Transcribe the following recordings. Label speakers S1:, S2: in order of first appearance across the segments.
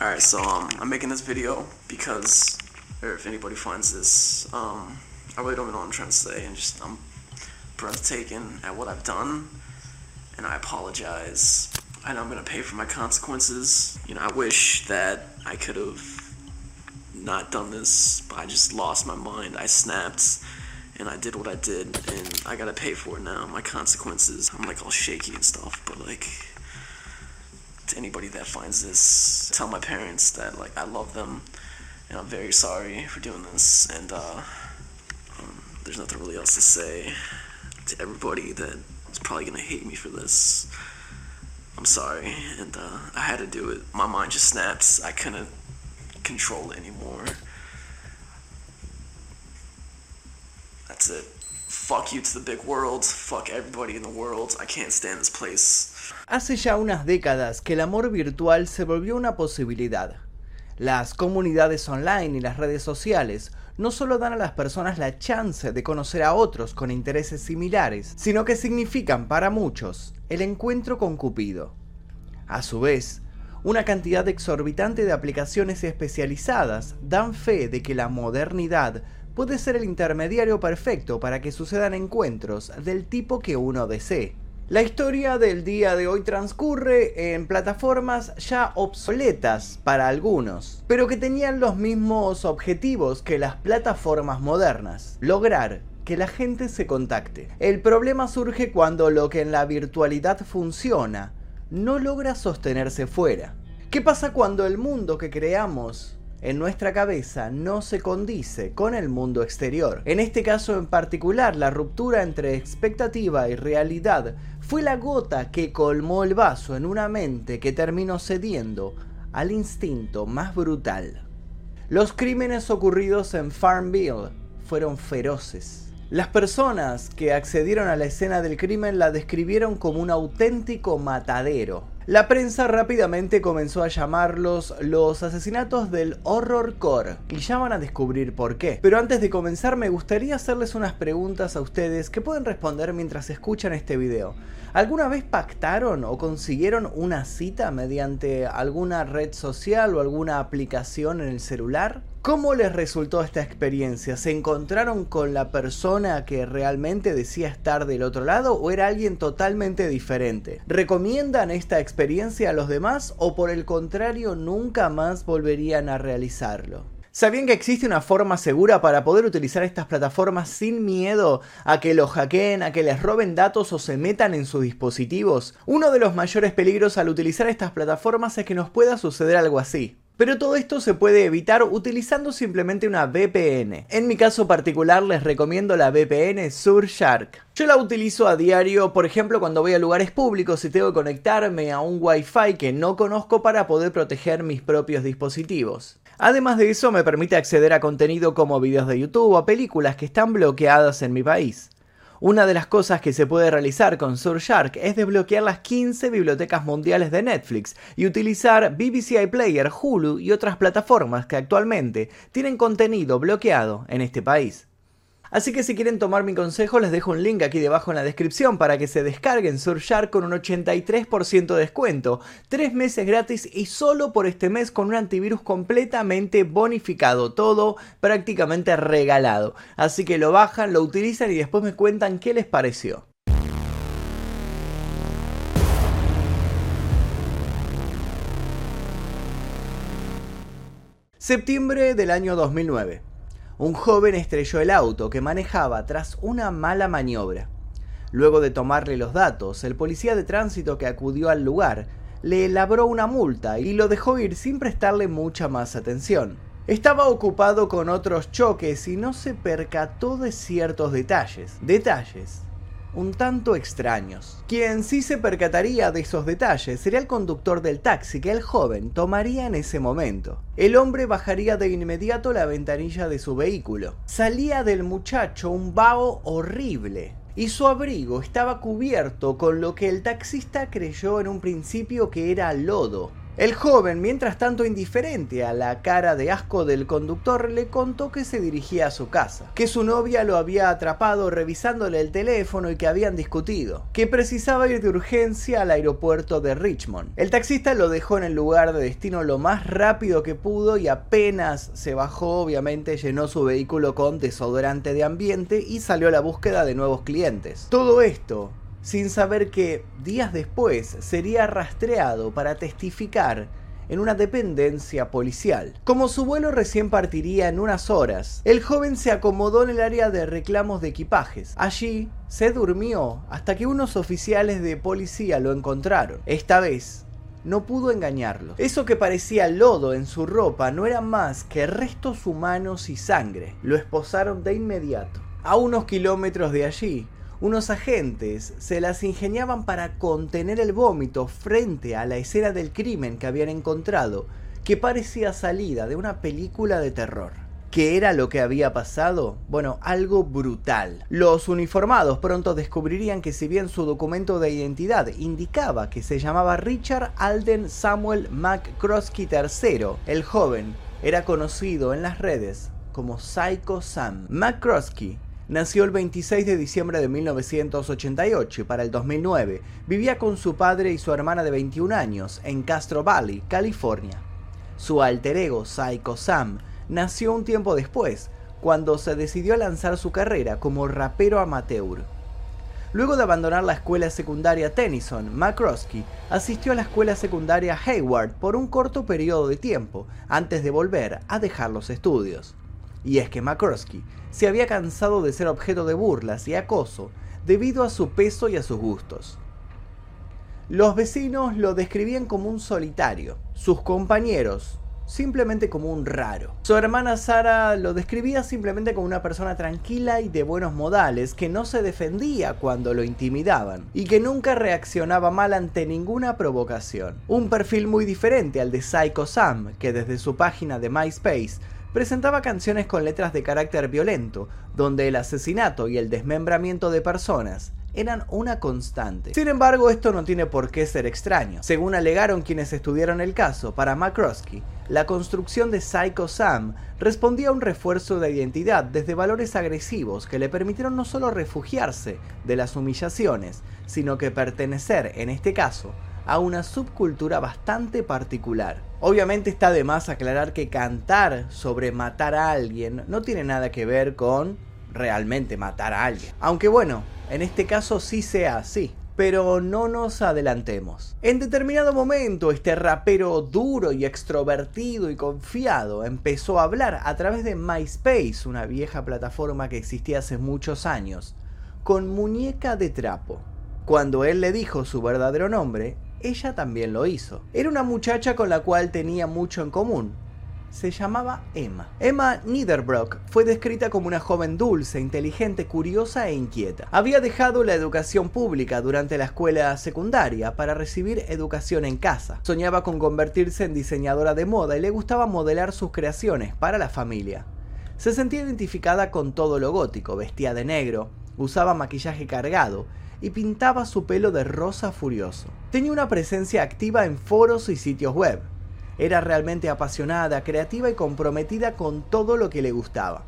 S1: All right, so um, I'm making this video because, or if anybody finds this, um, I really don't know what I'm trying to say, and just I'm breathtaking at what I've done, and I apologize. I know I'm gonna pay for my consequences. You know, I wish that I could have not done this, but I just lost my mind. I snapped, and I did what I did, and I gotta pay for it now. My consequences. I'm like all shaky and stuff, but like to anybody that finds this, tell my parents that like I love them, and I'm very sorry for doing this. And uh, um, there's nothing really else to say to everybody that is probably gonna hate me for this. I'm sorry, and uh, I had to do it. My mind just snaps. I couldn't control it anymore. That's it. Fuck you to the big world. Fuck everybody in the world. I can't stand this place.
S2: Hace ya unas décadas que el amor virtual se volvió una posibilidad. Las comunidades online y las redes sociales no solo dan a las personas la chance de conocer a otros con intereses similares, sino que significan para muchos el encuentro con Cupido. A su vez, una cantidad exorbitante de aplicaciones especializadas dan fe de que la modernidad puede ser el intermediario perfecto para que sucedan encuentros del tipo que uno desee. La historia del día de hoy transcurre en plataformas ya obsoletas para algunos, pero que tenían los mismos objetivos que las plataformas modernas, lograr que la gente se contacte. El problema surge cuando lo que en la virtualidad funciona no logra sostenerse fuera. ¿Qué pasa cuando el mundo que creamos en nuestra cabeza no se condice con el mundo exterior. En este caso en particular, la ruptura entre expectativa y realidad fue la gota que colmó el vaso en una mente que terminó cediendo al instinto más brutal. Los crímenes ocurridos en Farmville fueron feroces. Las personas que accedieron a la escena del crimen la describieron como un auténtico matadero. La prensa rápidamente comenzó a llamarlos los asesinatos del horrorcore y ya van a descubrir por qué. Pero antes de comenzar me gustaría hacerles unas preguntas a ustedes que pueden responder mientras escuchan este video. ¿Alguna vez pactaron o consiguieron una cita mediante alguna red social o alguna aplicación en el celular? ¿Cómo les resultó esta experiencia? ¿Se encontraron con la persona que realmente decía estar del otro lado o era alguien totalmente diferente? ¿Recomiendan esta experiencia a los demás o por el contrario nunca más volverían a realizarlo? ¿Sabían que existe una forma segura para poder utilizar estas plataformas sin miedo a que los hackeen, a que les roben datos o se metan en sus dispositivos? Uno de los mayores peligros al utilizar estas plataformas es que nos pueda suceder algo así. Pero todo esto se puede evitar utilizando simplemente una VPN. En mi caso particular les recomiendo la VPN Surfshark. Yo la utilizo a diario, por ejemplo, cuando voy a lugares públicos y tengo que conectarme a un Wi-Fi que no conozco para poder proteger mis propios dispositivos. Además de eso, me permite acceder a contenido como videos de YouTube o películas que están bloqueadas en mi país. Una de las cosas que se puede realizar con Surfshark es desbloquear las 15 bibliotecas mundiales de Netflix y utilizar BBC iPlayer, Hulu y otras plataformas que actualmente tienen contenido bloqueado en este país. Así que si quieren tomar mi consejo les dejo un link aquí debajo en la descripción para que se descarguen Surfshark con un 83% de descuento, 3 meses gratis y solo por este mes con un antivirus completamente bonificado, todo prácticamente regalado. Así que lo bajan, lo utilizan y después me cuentan qué les pareció. Septiembre del año 2009 un joven estrelló el auto que manejaba tras una mala maniobra. Luego de tomarle los datos, el policía de tránsito que acudió al lugar le elaboró una multa y lo dejó ir sin prestarle mucha más atención. Estaba ocupado con otros choques y no se percató de ciertos detalles. Detalles un tanto extraños. Quien sí se percataría de esos detalles sería el conductor del taxi que el joven tomaría en ese momento. El hombre bajaría de inmediato la ventanilla de su vehículo. Salía del muchacho un vaho horrible. Y su abrigo estaba cubierto con lo que el taxista creyó en un principio que era lodo. El joven, mientras tanto indiferente a la cara de asco del conductor, le contó que se dirigía a su casa, que su novia lo había atrapado revisándole el teléfono y que habían discutido, que precisaba ir de urgencia al aeropuerto de Richmond. El taxista lo dejó en el lugar de destino lo más rápido que pudo y apenas se bajó, obviamente llenó su vehículo con desodorante de ambiente y salió a la búsqueda de nuevos clientes. Todo esto sin saber que días después sería rastreado para testificar en una dependencia policial. Como su vuelo recién partiría en unas horas, el joven se acomodó en el área de reclamos de equipajes. Allí se durmió hasta que unos oficiales de policía lo encontraron. Esta vez no pudo engañarlo. Eso que parecía lodo en su ropa no era más que restos humanos y sangre. Lo esposaron de inmediato. A unos kilómetros de allí, unos agentes se las ingeniaban para contener el vómito frente a la escena del crimen que habían encontrado, que parecía salida de una película de terror. ¿Qué era lo que había pasado? Bueno, algo brutal. Los uniformados pronto descubrirían que si bien su documento de identidad indicaba que se llamaba Richard Alden Samuel McCroskey III, el joven era conocido en las redes como Psycho Sam. McCroskey Nació el 26 de diciembre de 1988 y para el 2009 vivía con su padre y su hermana de 21 años en Castro Valley, California. Su alter ego, Psycho Sam, nació un tiempo después, cuando se decidió lanzar su carrera como rapero amateur. Luego de abandonar la escuela secundaria Tennyson, McCroskey asistió a la escuela secundaria Hayward por un corto periodo de tiempo antes de volver a dejar los estudios. Y es que McCroskey se había cansado de ser objeto de burlas y acoso debido a su peso y a sus gustos. Los vecinos lo describían como un solitario, sus compañeros simplemente como un raro. Su hermana Sara lo describía simplemente como una persona tranquila y de buenos modales que no se defendía cuando lo intimidaban y que nunca reaccionaba mal ante ninguna provocación. Un perfil muy diferente al de Psycho Sam, que desde su página de MySpace presentaba canciones con letras de carácter violento, donde el asesinato y el desmembramiento de personas eran una constante. Sin embargo, esto no tiene por qué ser extraño. Según alegaron quienes estudiaron el caso, para McCroskey, la construcción de Psycho Sam respondía a un refuerzo de identidad desde valores agresivos que le permitieron no solo refugiarse de las humillaciones, sino que pertenecer, en este caso, a una subcultura bastante particular. Obviamente está de más aclarar que cantar sobre matar a alguien no tiene nada que ver con realmente matar a alguien. Aunque bueno, en este caso sí sea así. Pero no nos adelantemos. En determinado momento, este rapero duro y extrovertido y confiado empezó a hablar a través de MySpace, una vieja plataforma que existía hace muchos años, con muñeca de trapo. Cuando él le dijo su verdadero nombre, ella también lo hizo. Era una muchacha con la cual tenía mucho en común. Se llamaba Emma. Emma Niederbrock fue descrita como una joven dulce, inteligente, curiosa e inquieta. Había dejado la educación pública durante la escuela secundaria para recibir educación en casa. Soñaba con convertirse en diseñadora de moda y le gustaba modelar sus creaciones para la familia. Se sentía identificada con todo lo gótico, vestía de negro, usaba maquillaje cargado y pintaba su pelo de rosa furioso. Tenía una presencia activa en foros y sitios web. Era realmente apasionada, creativa y comprometida con todo lo que le gustaba.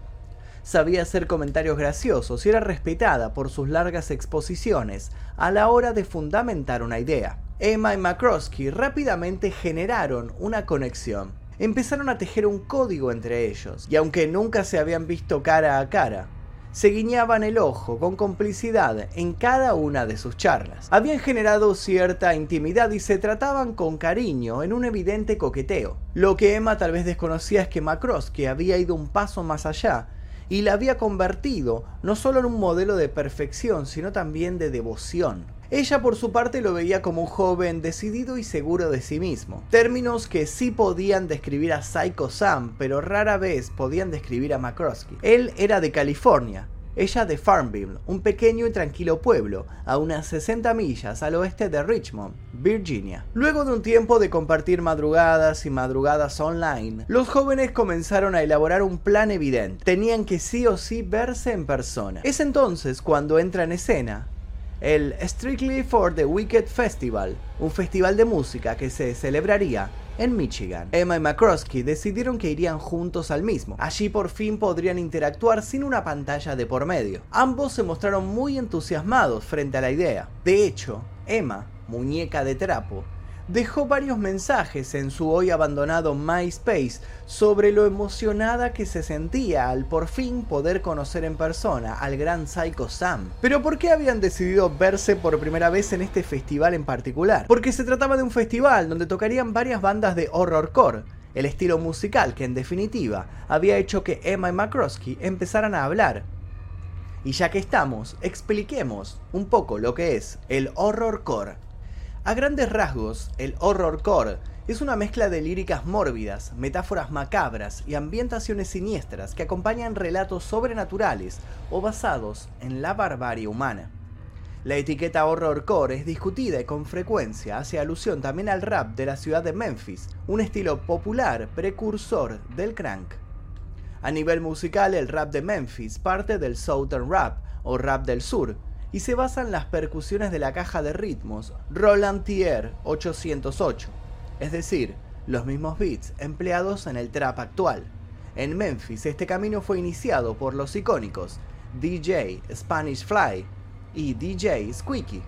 S2: Sabía hacer comentarios graciosos y era respetada por sus largas exposiciones a la hora de fundamentar una idea. Emma y McCroskey rápidamente generaron una conexión. Empezaron a tejer un código entre ellos, y aunque nunca se habían visto cara a cara, se guiñaban el ojo con complicidad en cada una de sus charlas. Habían generado cierta intimidad y se trataban con cariño en un evidente coqueteo. Lo que Emma tal vez desconocía es que Macroski había ido un paso más allá y la había convertido no solo en un modelo de perfección, sino también de devoción. Ella por su parte lo veía como un joven decidido y seguro de sí mismo, términos que sí podían describir a Psycho Sam, pero rara vez podían describir a McCroskey. Él era de California, ella de Farmville, un pequeño y tranquilo pueblo, a unas 60 millas al oeste de Richmond, Virginia. Luego de un tiempo de compartir madrugadas y madrugadas online, los jóvenes comenzaron a elaborar un plan evidente. Tenían que sí o sí verse en persona. Es entonces cuando entra en escena el Strictly for the Wicked Festival, un festival de música que se celebraría en Michigan. Emma y McCroskey decidieron que irían juntos al mismo. Allí por fin podrían interactuar sin una pantalla de por medio. Ambos se mostraron muy entusiasmados frente a la idea. De hecho, Emma, muñeca de trapo, dejó varios mensajes en su hoy abandonado MySpace sobre lo emocionada que se sentía al por fin poder conocer en persona al gran Psycho Sam. Pero ¿por qué habían decidido verse por primera vez en este festival en particular? Porque se trataba de un festival donde tocarían varias bandas de horrorcore, el estilo musical que en definitiva había hecho que Emma y McCroskey empezaran a hablar. Y ya que estamos, expliquemos un poco lo que es el horrorcore. A grandes rasgos, el horrorcore es una mezcla de líricas mórbidas, metáforas macabras y ambientaciones siniestras que acompañan relatos sobrenaturales o basados en la barbarie humana. La etiqueta horrorcore es discutida y con frecuencia hace alusión también al rap de la ciudad de Memphis, un estilo popular precursor del crank. A nivel musical, el rap de Memphis parte del Southern Rap o rap del sur, y se basa en las percusiones de la caja de ritmos Roland Thier 808, es decir, los mismos beats empleados en el trap actual. En Memphis este camino fue iniciado por los icónicos DJ Spanish Fly y DJ Squeaky,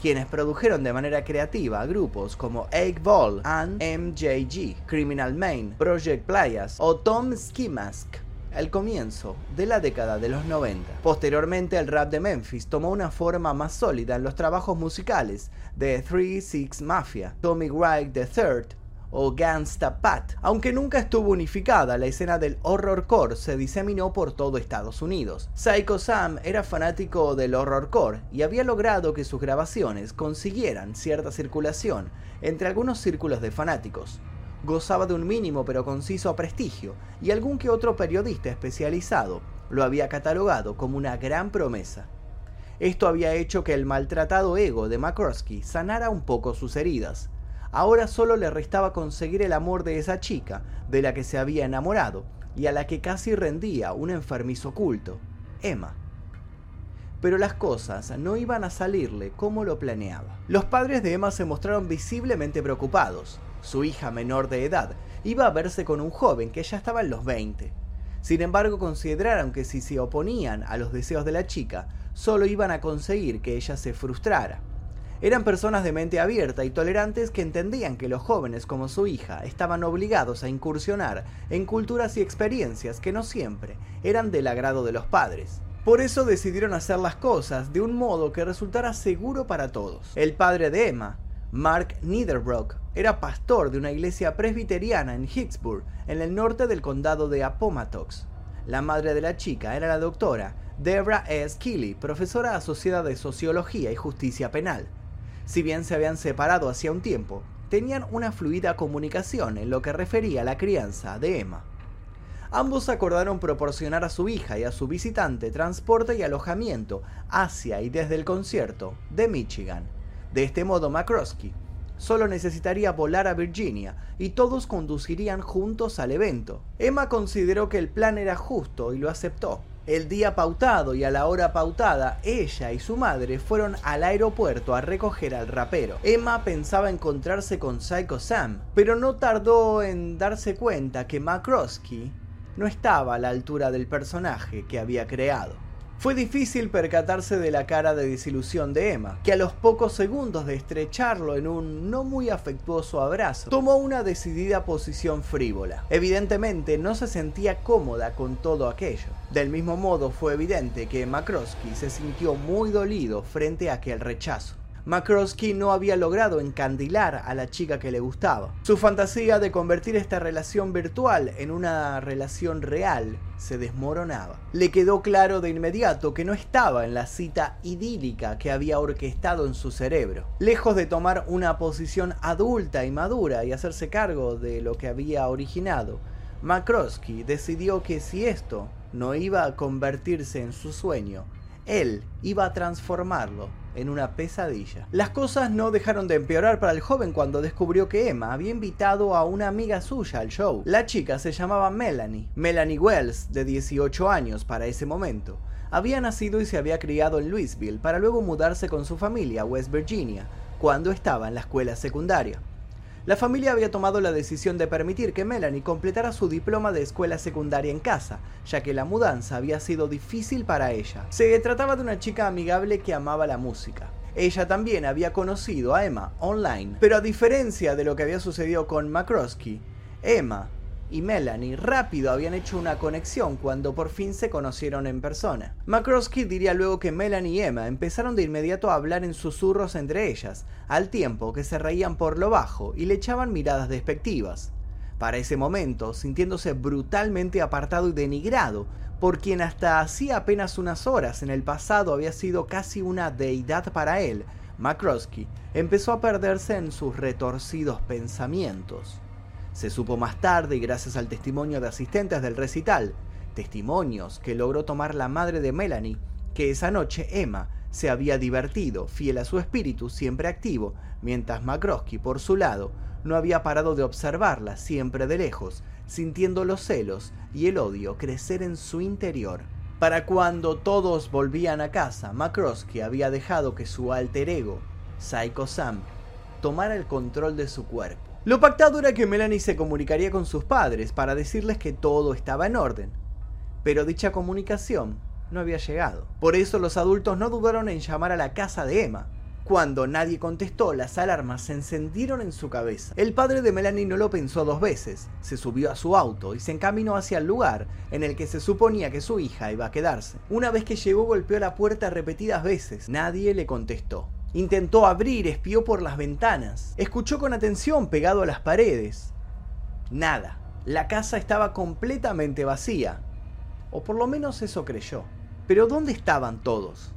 S2: quienes produjeron de manera creativa grupos como Egg Ball and MJG, Criminal Main, Project Playas o Tom Skimask al comienzo de la década de los 90. Posteriormente, el rap de Memphis tomó una forma más sólida en los trabajos musicales de 3-6 Mafia, Tommy Wright III o Gangsta Pat. Aunque nunca estuvo unificada, la escena del horrorcore se diseminó por todo Estados Unidos. Psycho Sam era fanático del horrorcore y había logrado que sus grabaciones consiguieran cierta circulación entre algunos círculos de fanáticos gozaba de un mínimo pero conciso prestigio, y algún que otro periodista especializado lo había catalogado como una gran promesa. Esto había hecho que el maltratado ego de McCroskey sanara un poco sus heridas. Ahora solo le restaba conseguir el amor de esa chica de la que se había enamorado y a la que casi rendía un enfermizo culto, Emma pero las cosas no iban a salirle como lo planeaba. Los padres de Emma se mostraron visiblemente preocupados. Su hija menor de edad iba a verse con un joven que ya estaba en los 20. Sin embargo, consideraron que si se oponían a los deseos de la chica, solo iban a conseguir que ella se frustrara. Eran personas de mente abierta y tolerantes que entendían que los jóvenes como su hija estaban obligados a incursionar en culturas y experiencias que no siempre eran del agrado de los padres. Por eso decidieron hacer las cosas de un modo que resultara seguro para todos. El padre de Emma, Mark Niederbrock, era pastor de una iglesia presbiteriana en Hicksburg, en el norte del condado de Appomattox. La madre de la chica era la doctora Deborah S. Keeley, profesora asociada de Sociología y Justicia Penal. Si bien se habían separado hacía un tiempo, tenían una fluida comunicación en lo que refería a la crianza de Emma ambos acordaron proporcionar a su hija y a su visitante transporte y alojamiento hacia y desde el concierto de Michigan. De este modo, McCroskey solo necesitaría volar a Virginia y todos conducirían juntos al evento. Emma consideró que el plan era justo y lo aceptó. El día pautado y a la hora pautada, ella y su madre fueron al aeropuerto a recoger al rapero. Emma pensaba encontrarse con Psycho Sam, pero no tardó en darse cuenta que McCroskey no estaba a la altura del personaje que había creado. Fue difícil percatarse de la cara de desilusión de Emma, que a los pocos segundos de estrecharlo en un no muy afectuoso abrazo, tomó una decidida posición frívola. Evidentemente no se sentía cómoda con todo aquello. Del mismo modo fue evidente que Makrosky se sintió muy dolido frente a aquel rechazo. Makrosky no había logrado encandilar a la chica que le gustaba. Su fantasía de convertir esta relación virtual en una relación real se desmoronaba. Le quedó claro de inmediato que no estaba en la cita idílica que había orquestado en su cerebro. Lejos de tomar una posición adulta y madura y hacerse cargo de lo que había originado, Makrosky decidió que si esto no iba a convertirse en su sueño, él iba a transformarlo en una pesadilla. Las cosas no dejaron de empeorar para el joven cuando descubrió que Emma había invitado a una amiga suya al show. La chica se llamaba Melanie, Melanie Wells, de 18 años para ese momento. había nacido y se había criado en Louisville para luego mudarse con su familia a West Virginia cuando estaba en la escuela secundaria. La familia había tomado la decisión de permitir que Melanie completara su diploma de escuela secundaria en casa, ya que la mudanza había sido difícil para ella. Se trataba de una chica amigable que amaba la música. Ella también había conocido a Emma online, pero a diferencia de lo que había sucedido con McCroskey, Emma y Melanie rápido habían hecho una conexión cuando por fin se conocieron en persona. McCroskey diría luego que Melanie y Emma empezaron de inmediato a hablar en susurros entre ellas, al tiempo que se reían por lo bajo y le echaban miradas despectivas. Para ese momento, sintiéndose brutalmente apartado y denigrado, por quien hasta hacía apenas unas horas en el pasado había sido casi una deidad para él, McCroskey empezó a perderse en sus retorcidos pensamientos. Se supo más tarde, y gracias al testimonio de asistentes del recital, testimonios que logró tomar la madre de Melanie, que esa noche Emma se había divertido, fiel a su espíritu, siempre activo, mientras McCroskey, por su lado, no había parado de observarla, siempre de lejos, sintiendo los celos y el odio crecer en su interior. Para cuando todos volvían a casa, McCroskey había dejado que su alter ego, Psycho Sam, tomara el control de su cuerpo. Lo pactado era que Melanie se comunicaría con sus padres para decirles que todo estaba en orden, pero dicha comunicación no había llegado. Por eso los adultos no dudaron en llamar a la casa de Emma. Cuando nadie contestó, las alarmas se encendieron en su cabeza. El padre de Melanie no lo pensó dos veces, se subió a su auto y se encaminó hacia el lugar en el que se suponía que su hija iba a quedarse. Una vez que llegó golpeó la puerta repetidas veces, nadie le contestó. Intentó abrir, espió por las ventanas. Escuchó con atención pegado a las paredes. Nada. La casa estaba completamente vacía. O por lo menos eso creyó. Pero ¿dónde estaban todos?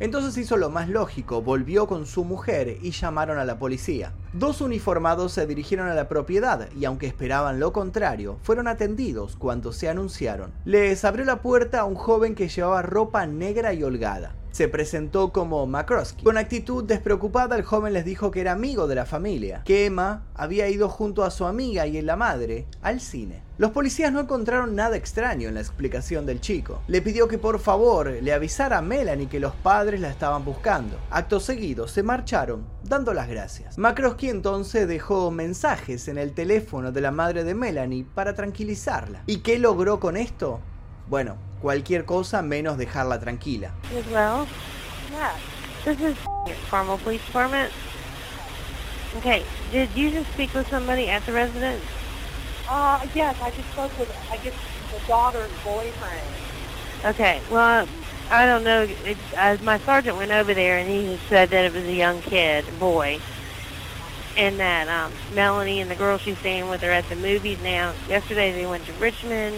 S2: Entonces hizo lo más lógico, volvió con su mujer y llamaron a la policía. Dos uniformados se dirigieron a la propiedad y aunque esperaban lo contrario, fueron atendidos cuando se anunciaron. Les abrió la puerta a un joven que llevaba ropa negra y holgada se presentó como McCroskey. Con actitud despreocupada, el joven les dijo que era amigo de la familia, que Emma había ido junto a su amiga y la madre al cine. Los policías no encontraron nada extraño en la explicación del chico. Le pidió que por favor le avisara a Melanie que los padres la estaban buscando. Acto seguido, se marcharon, dando las gracias. McCroskey entonces dejó mensajes en el teléfono de la madre de Melanie para tranquilizarla. ¿Y qué logró con esto? Bueno, cualquier cosa menos dejarla tranquila.
S3: Well, yeah. This is Carmel Police Department. Okay, did you just speak with somebody at the residence?
S4: Uh, yes, I just spoke with, I guess, the daughter's boyfriend.
S3: Okay, well, I don't know. It, uh, my sergeant went over there and he said that it was a young kid, a boy, and that um, Melanie and the girl she's staying with are at the movies now. Yesterday they went to Richmond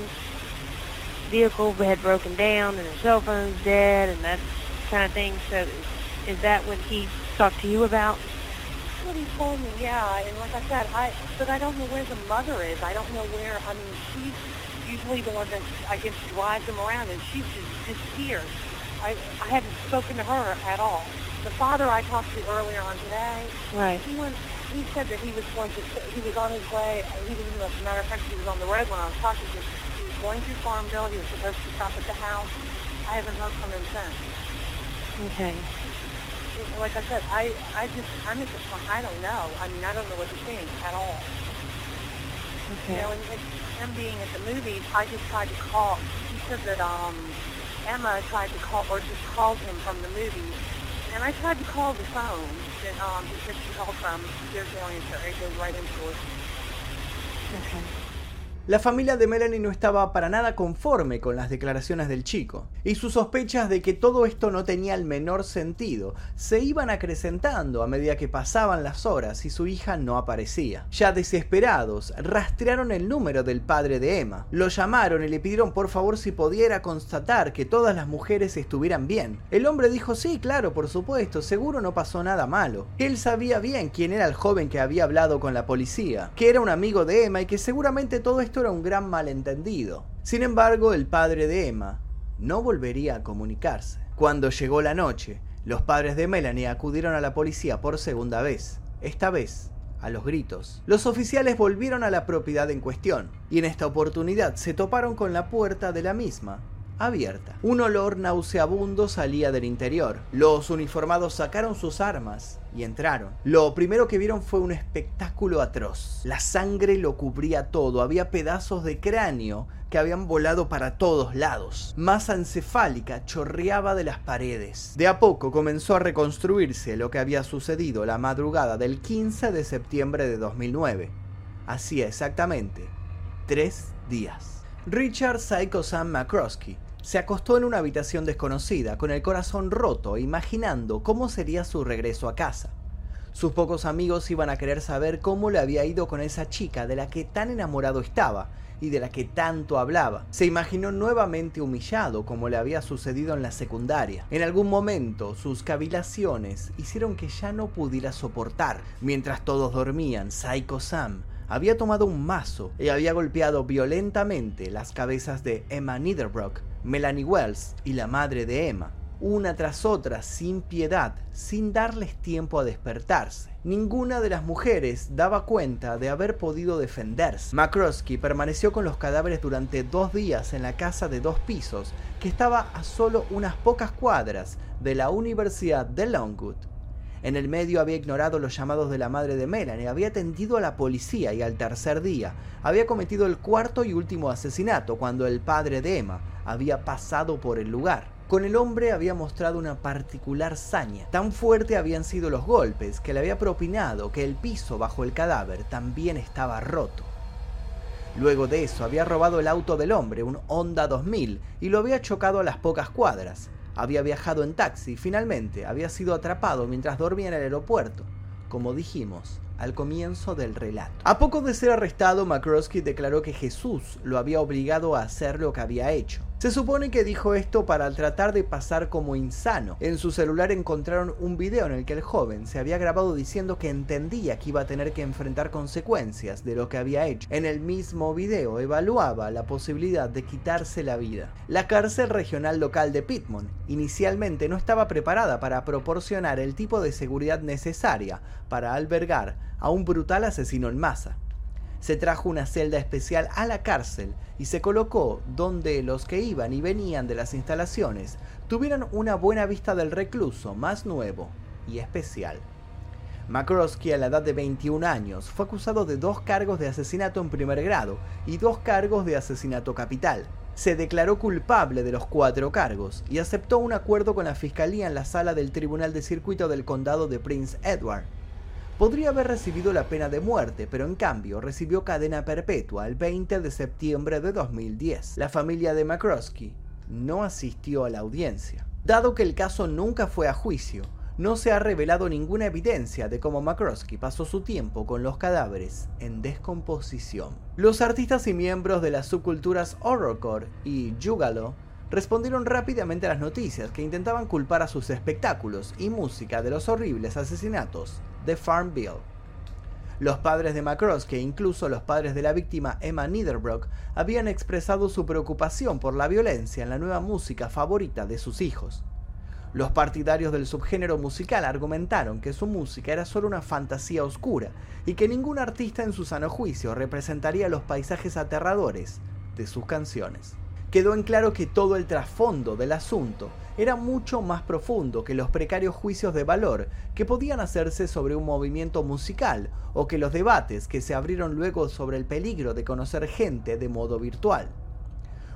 S3: vehicle had broken down and his cell phone's dead and that kind of thing. So is that what he talked to you about?
S4: That's what he told me, yeah. And like I said, I but I don't know where the mother is. I don't know where. I mean, she's usually the one that I guess drives them around, and she's just disappeared. I I haven't spoken to her at all. The father I talked to earlier on today,
S3: Right.
S4: he went. He said that he was going to. He was on his way. He was, as a matter of fact, he was on the road when I was talking to him. He was going through Farmville. He was supposed to stop at the house. I haven't heard from him since.
S3: Okay.
S4: It- Like I said, I, I just, I'm at this point. I don't know. I mean, I don't know what to think at all. You
S3: Okay.
S4: know, and, and him being at the movies, I just tried to call. He said that um, Emma tried to call, or just called him from the movies. And I tried to call the phone that um, because she called from. There's no answer. It goes right into voicemail.
S3: Okay.
S2: La familia de Melanie no estaba para nada conforme con las declaraciones del chico, y sus sospechas de que todo esto no tenía el menor sentido se iban acrecentando a medida que pasaban las horas y su hija no aparecía. Ya desesperados, rastrearon el número del padre de Emma, lo llamaron y le pidieron por favor si pudiera constatar que todas las mujeres estuvieran bien. El hombre dijo sí, claro, por supuesto, seguro no pasó nada malo. Él sabía bien quién era el joven que había hablado con la policía, que era un amigo de Emma y que seguramente todo esto era un gran malentendido. Sin embargo, el padre de Emma no volvería a comunicarse. Cuando llegó la noche, los padres de Melanie acudieron a la policía por segunda vez, esta vez a los gritos. Los oficiales volvieron a la propiedad en cuestión, y en esta oportunidad se toparon con la puerta de la misma, abierta. Un olor nauseabundo salía del interior. Los uniformados sacaron sus armas y entraron. Lo primero que vieron fue un espectáculo atroz. La sangre lo cubría todo, había pedazos de cráneo que habían volado para todos lados. Masa encefálica chorreaba de las paredes. De a poco comenzó a reconstruirse lo que había sucedido la madrugada del 15 de septiembre de 2009. Hacía exactamente tres días. Richard Psycho Sam McCroskey se acostó en una habitación desconocida con el corazón roto imaginando cómo sería su regreso a casa. Sus pocos amigos iban a querer saber cómo le había ido con esa chica de la que tan enamorado estaba y de la que tanto hablaba. Se imaginó nuevamente humillado como le había sucedido en la secundaria. En algún momento sus cavilaciones hicieron que ya no pudiera soportar. Mientras todos dormían, Psycho Sam había tomado un mazo y había golpeado violentamente las cabezas de Emma Niederbrock, Melanie Wells y la madre de Emma, una tras otra sin piedad, sin darles tiempo a despertarse. Ninguna de las mujeres daba cuenta de haber podido defenderse. McCroskey permaneció con los cadáveres durante dos días en la casa de dos pisos, que estaba a solo unas pocas cuadras de la Universidad de Longwood. En el medio había ignorado los llamados de la madre de Melanie, había atendido a la policía y al tercer día había cometido el cuarto y último asesinato cuando el padre de Emma había pasado por el lugar. Con el hombre había mostrado una particular saña. Tan fuerte habían sido los golpes que le había propinado que el piso bajo el cadáver también estaba roto. Luego de eso había robado el auto del hombre, un Honda 2000, y lo había chocado a las pocas cuadras. Había viajado en taxi y finalmente había sido atrapado mientras dormía en el aeropuerto, como dijimos al comienzo del relato. A poco de ser arrestado, McCroskey declaró que Jesús lo había obligado a hacer lo que había hecho. Se supone que dijo esto para tratar de pasar como insano. En su celular encontraron un video en el que el joven se había grabado diciendo que entendía que iba a tener que enfrentar consecuencias de lo que había hecho. En el mismo video evaluaba la posibilidad de quitarse la vida. La cárcel regional local de Pittman inicialmente no estaba preparada para proporcionar el tipo de seguridad necesaria para albergar a un brutal asesino en masa se trajo una celda especial a la cárcel y se colocó donde los que iban y venían de las instalaciones tuvieran una buena vista del recluso más nuevo y especial. McCroskey, a la edad de 21 años, fue acusado de dos cargos de asesinato en primer grado y dos cargos de asesinato capital. Se declaró culpable de los cuatro cargos y aceptó un acuerdo con la fiscalía en la sala del Tribunal de Circuito del Condado de Prince Edward, podría haber recibido la pena de muerte, pero en cambio recibió cadena perpetua el 20 de septiembre de 2010. La familia de McCroskey no asistió a la audiencia. Dado que el caso nunca fue a juicio, no se ha revelado ninguna evidencia de cómo McCroskey pasó su tiempo con los cadáveres en descomposición. Los artistas y miembros de las subculturas horrorcore y Jugalo respondieron rápidamente a las noticias que intentaban culpar a sus espectáculos y música de los horribles asesinatos de Farmville. Los padres de McCroskey, incluso los padres de la víctima Emma Niederbrock, habían expresado su preocupación por la violencia en la nueva música favorita de sus hijos. Los partidarios del subgénero musical argumentaron que su música era solo una fantasía oscura y que ningún artista en su sano juicio representaría los paisajes aterradores de sus canciones quedó en claro que todo el trasfondo del asunto era mucho más profundo que los precarios juicios de valor que podían hacerse sobre un movimiento musical o que los debates que se abrieron luego sobre el peligro de conocer gente de modo virtual.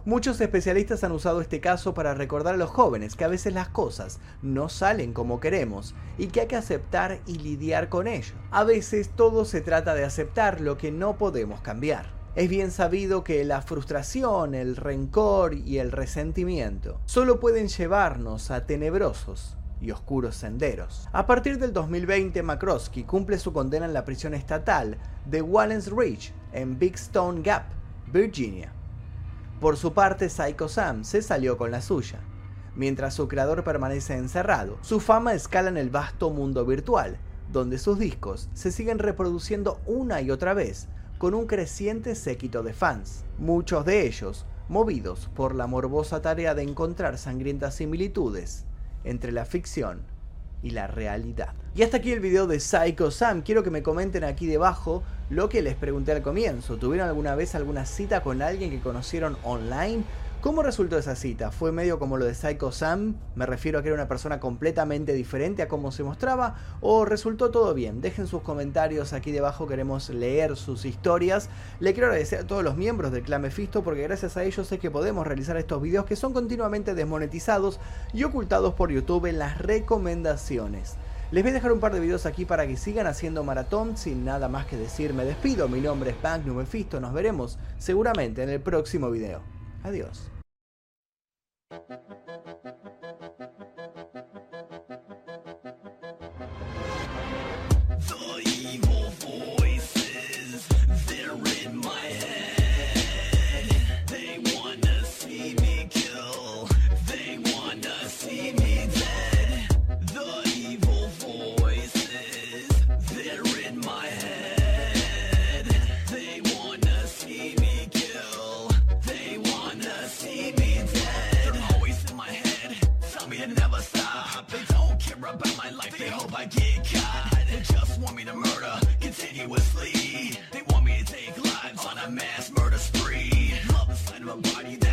S2: Muchos especialistas han usado este caso para recordar a los jóvenes que a veces las cosas no salen como queremos y que hay que aceptar y lidiar con ello. A veces todo se trata de aceptar lo que no podemos cambiar. Es bien sabido que la frustración, el rencor y el resentimiento solo pueden llevarnos a tenebrosos y oscuros senderos. A partir del 2020, McCroskey cumple su condena en la prisión estatal de Wallens Ridge, en Big Stone Gap, Virginia. Por su parte, Psycho Sam se salió con la suya. Mientras su creador permanece encerrado, su fama escala en el vasto mundo virtual, donde sus discos se siguen reproduciendo una y otra vez, con un creciente séquito de fans, muchos de ellos movidos por la morbosa tarea de encontrar sangrientas similitudes entre la ficción y la realidad. Y hasta aquí el video de Psycho Sam. Quiero que me comenten aquí debajo lo que les pregunté al comienzo. ¿Tuvieron alguna vez alguna cita con alguien que conocieron online? ¿Cómo resultó esa cita? ¿Fue medio como lo de Psycho Sam? Me refiero a que era una persona completamente diferente a cómo se mostraba. ¿O resultó todo bien? Dejen sus comentarios aquí debajo, queremos leer sus historias. Le quiero agradecer a todos los miembros del Clan Mephisto porque gracias a ellos es que podemos realizar estos videos que son continuamente desmonetizados y ocultados por YouTube en las recomendaciones. Les voy a dejar un par de videos aquí para que sigan haciendo maratón. Sin nada más que decir, me despido. Mi nombre es Magnum Mephisto. Nos veremos seguramente en el próximo video. Adiós.
S5: They want me to take lives on a mass murder spree. Love inside of a body that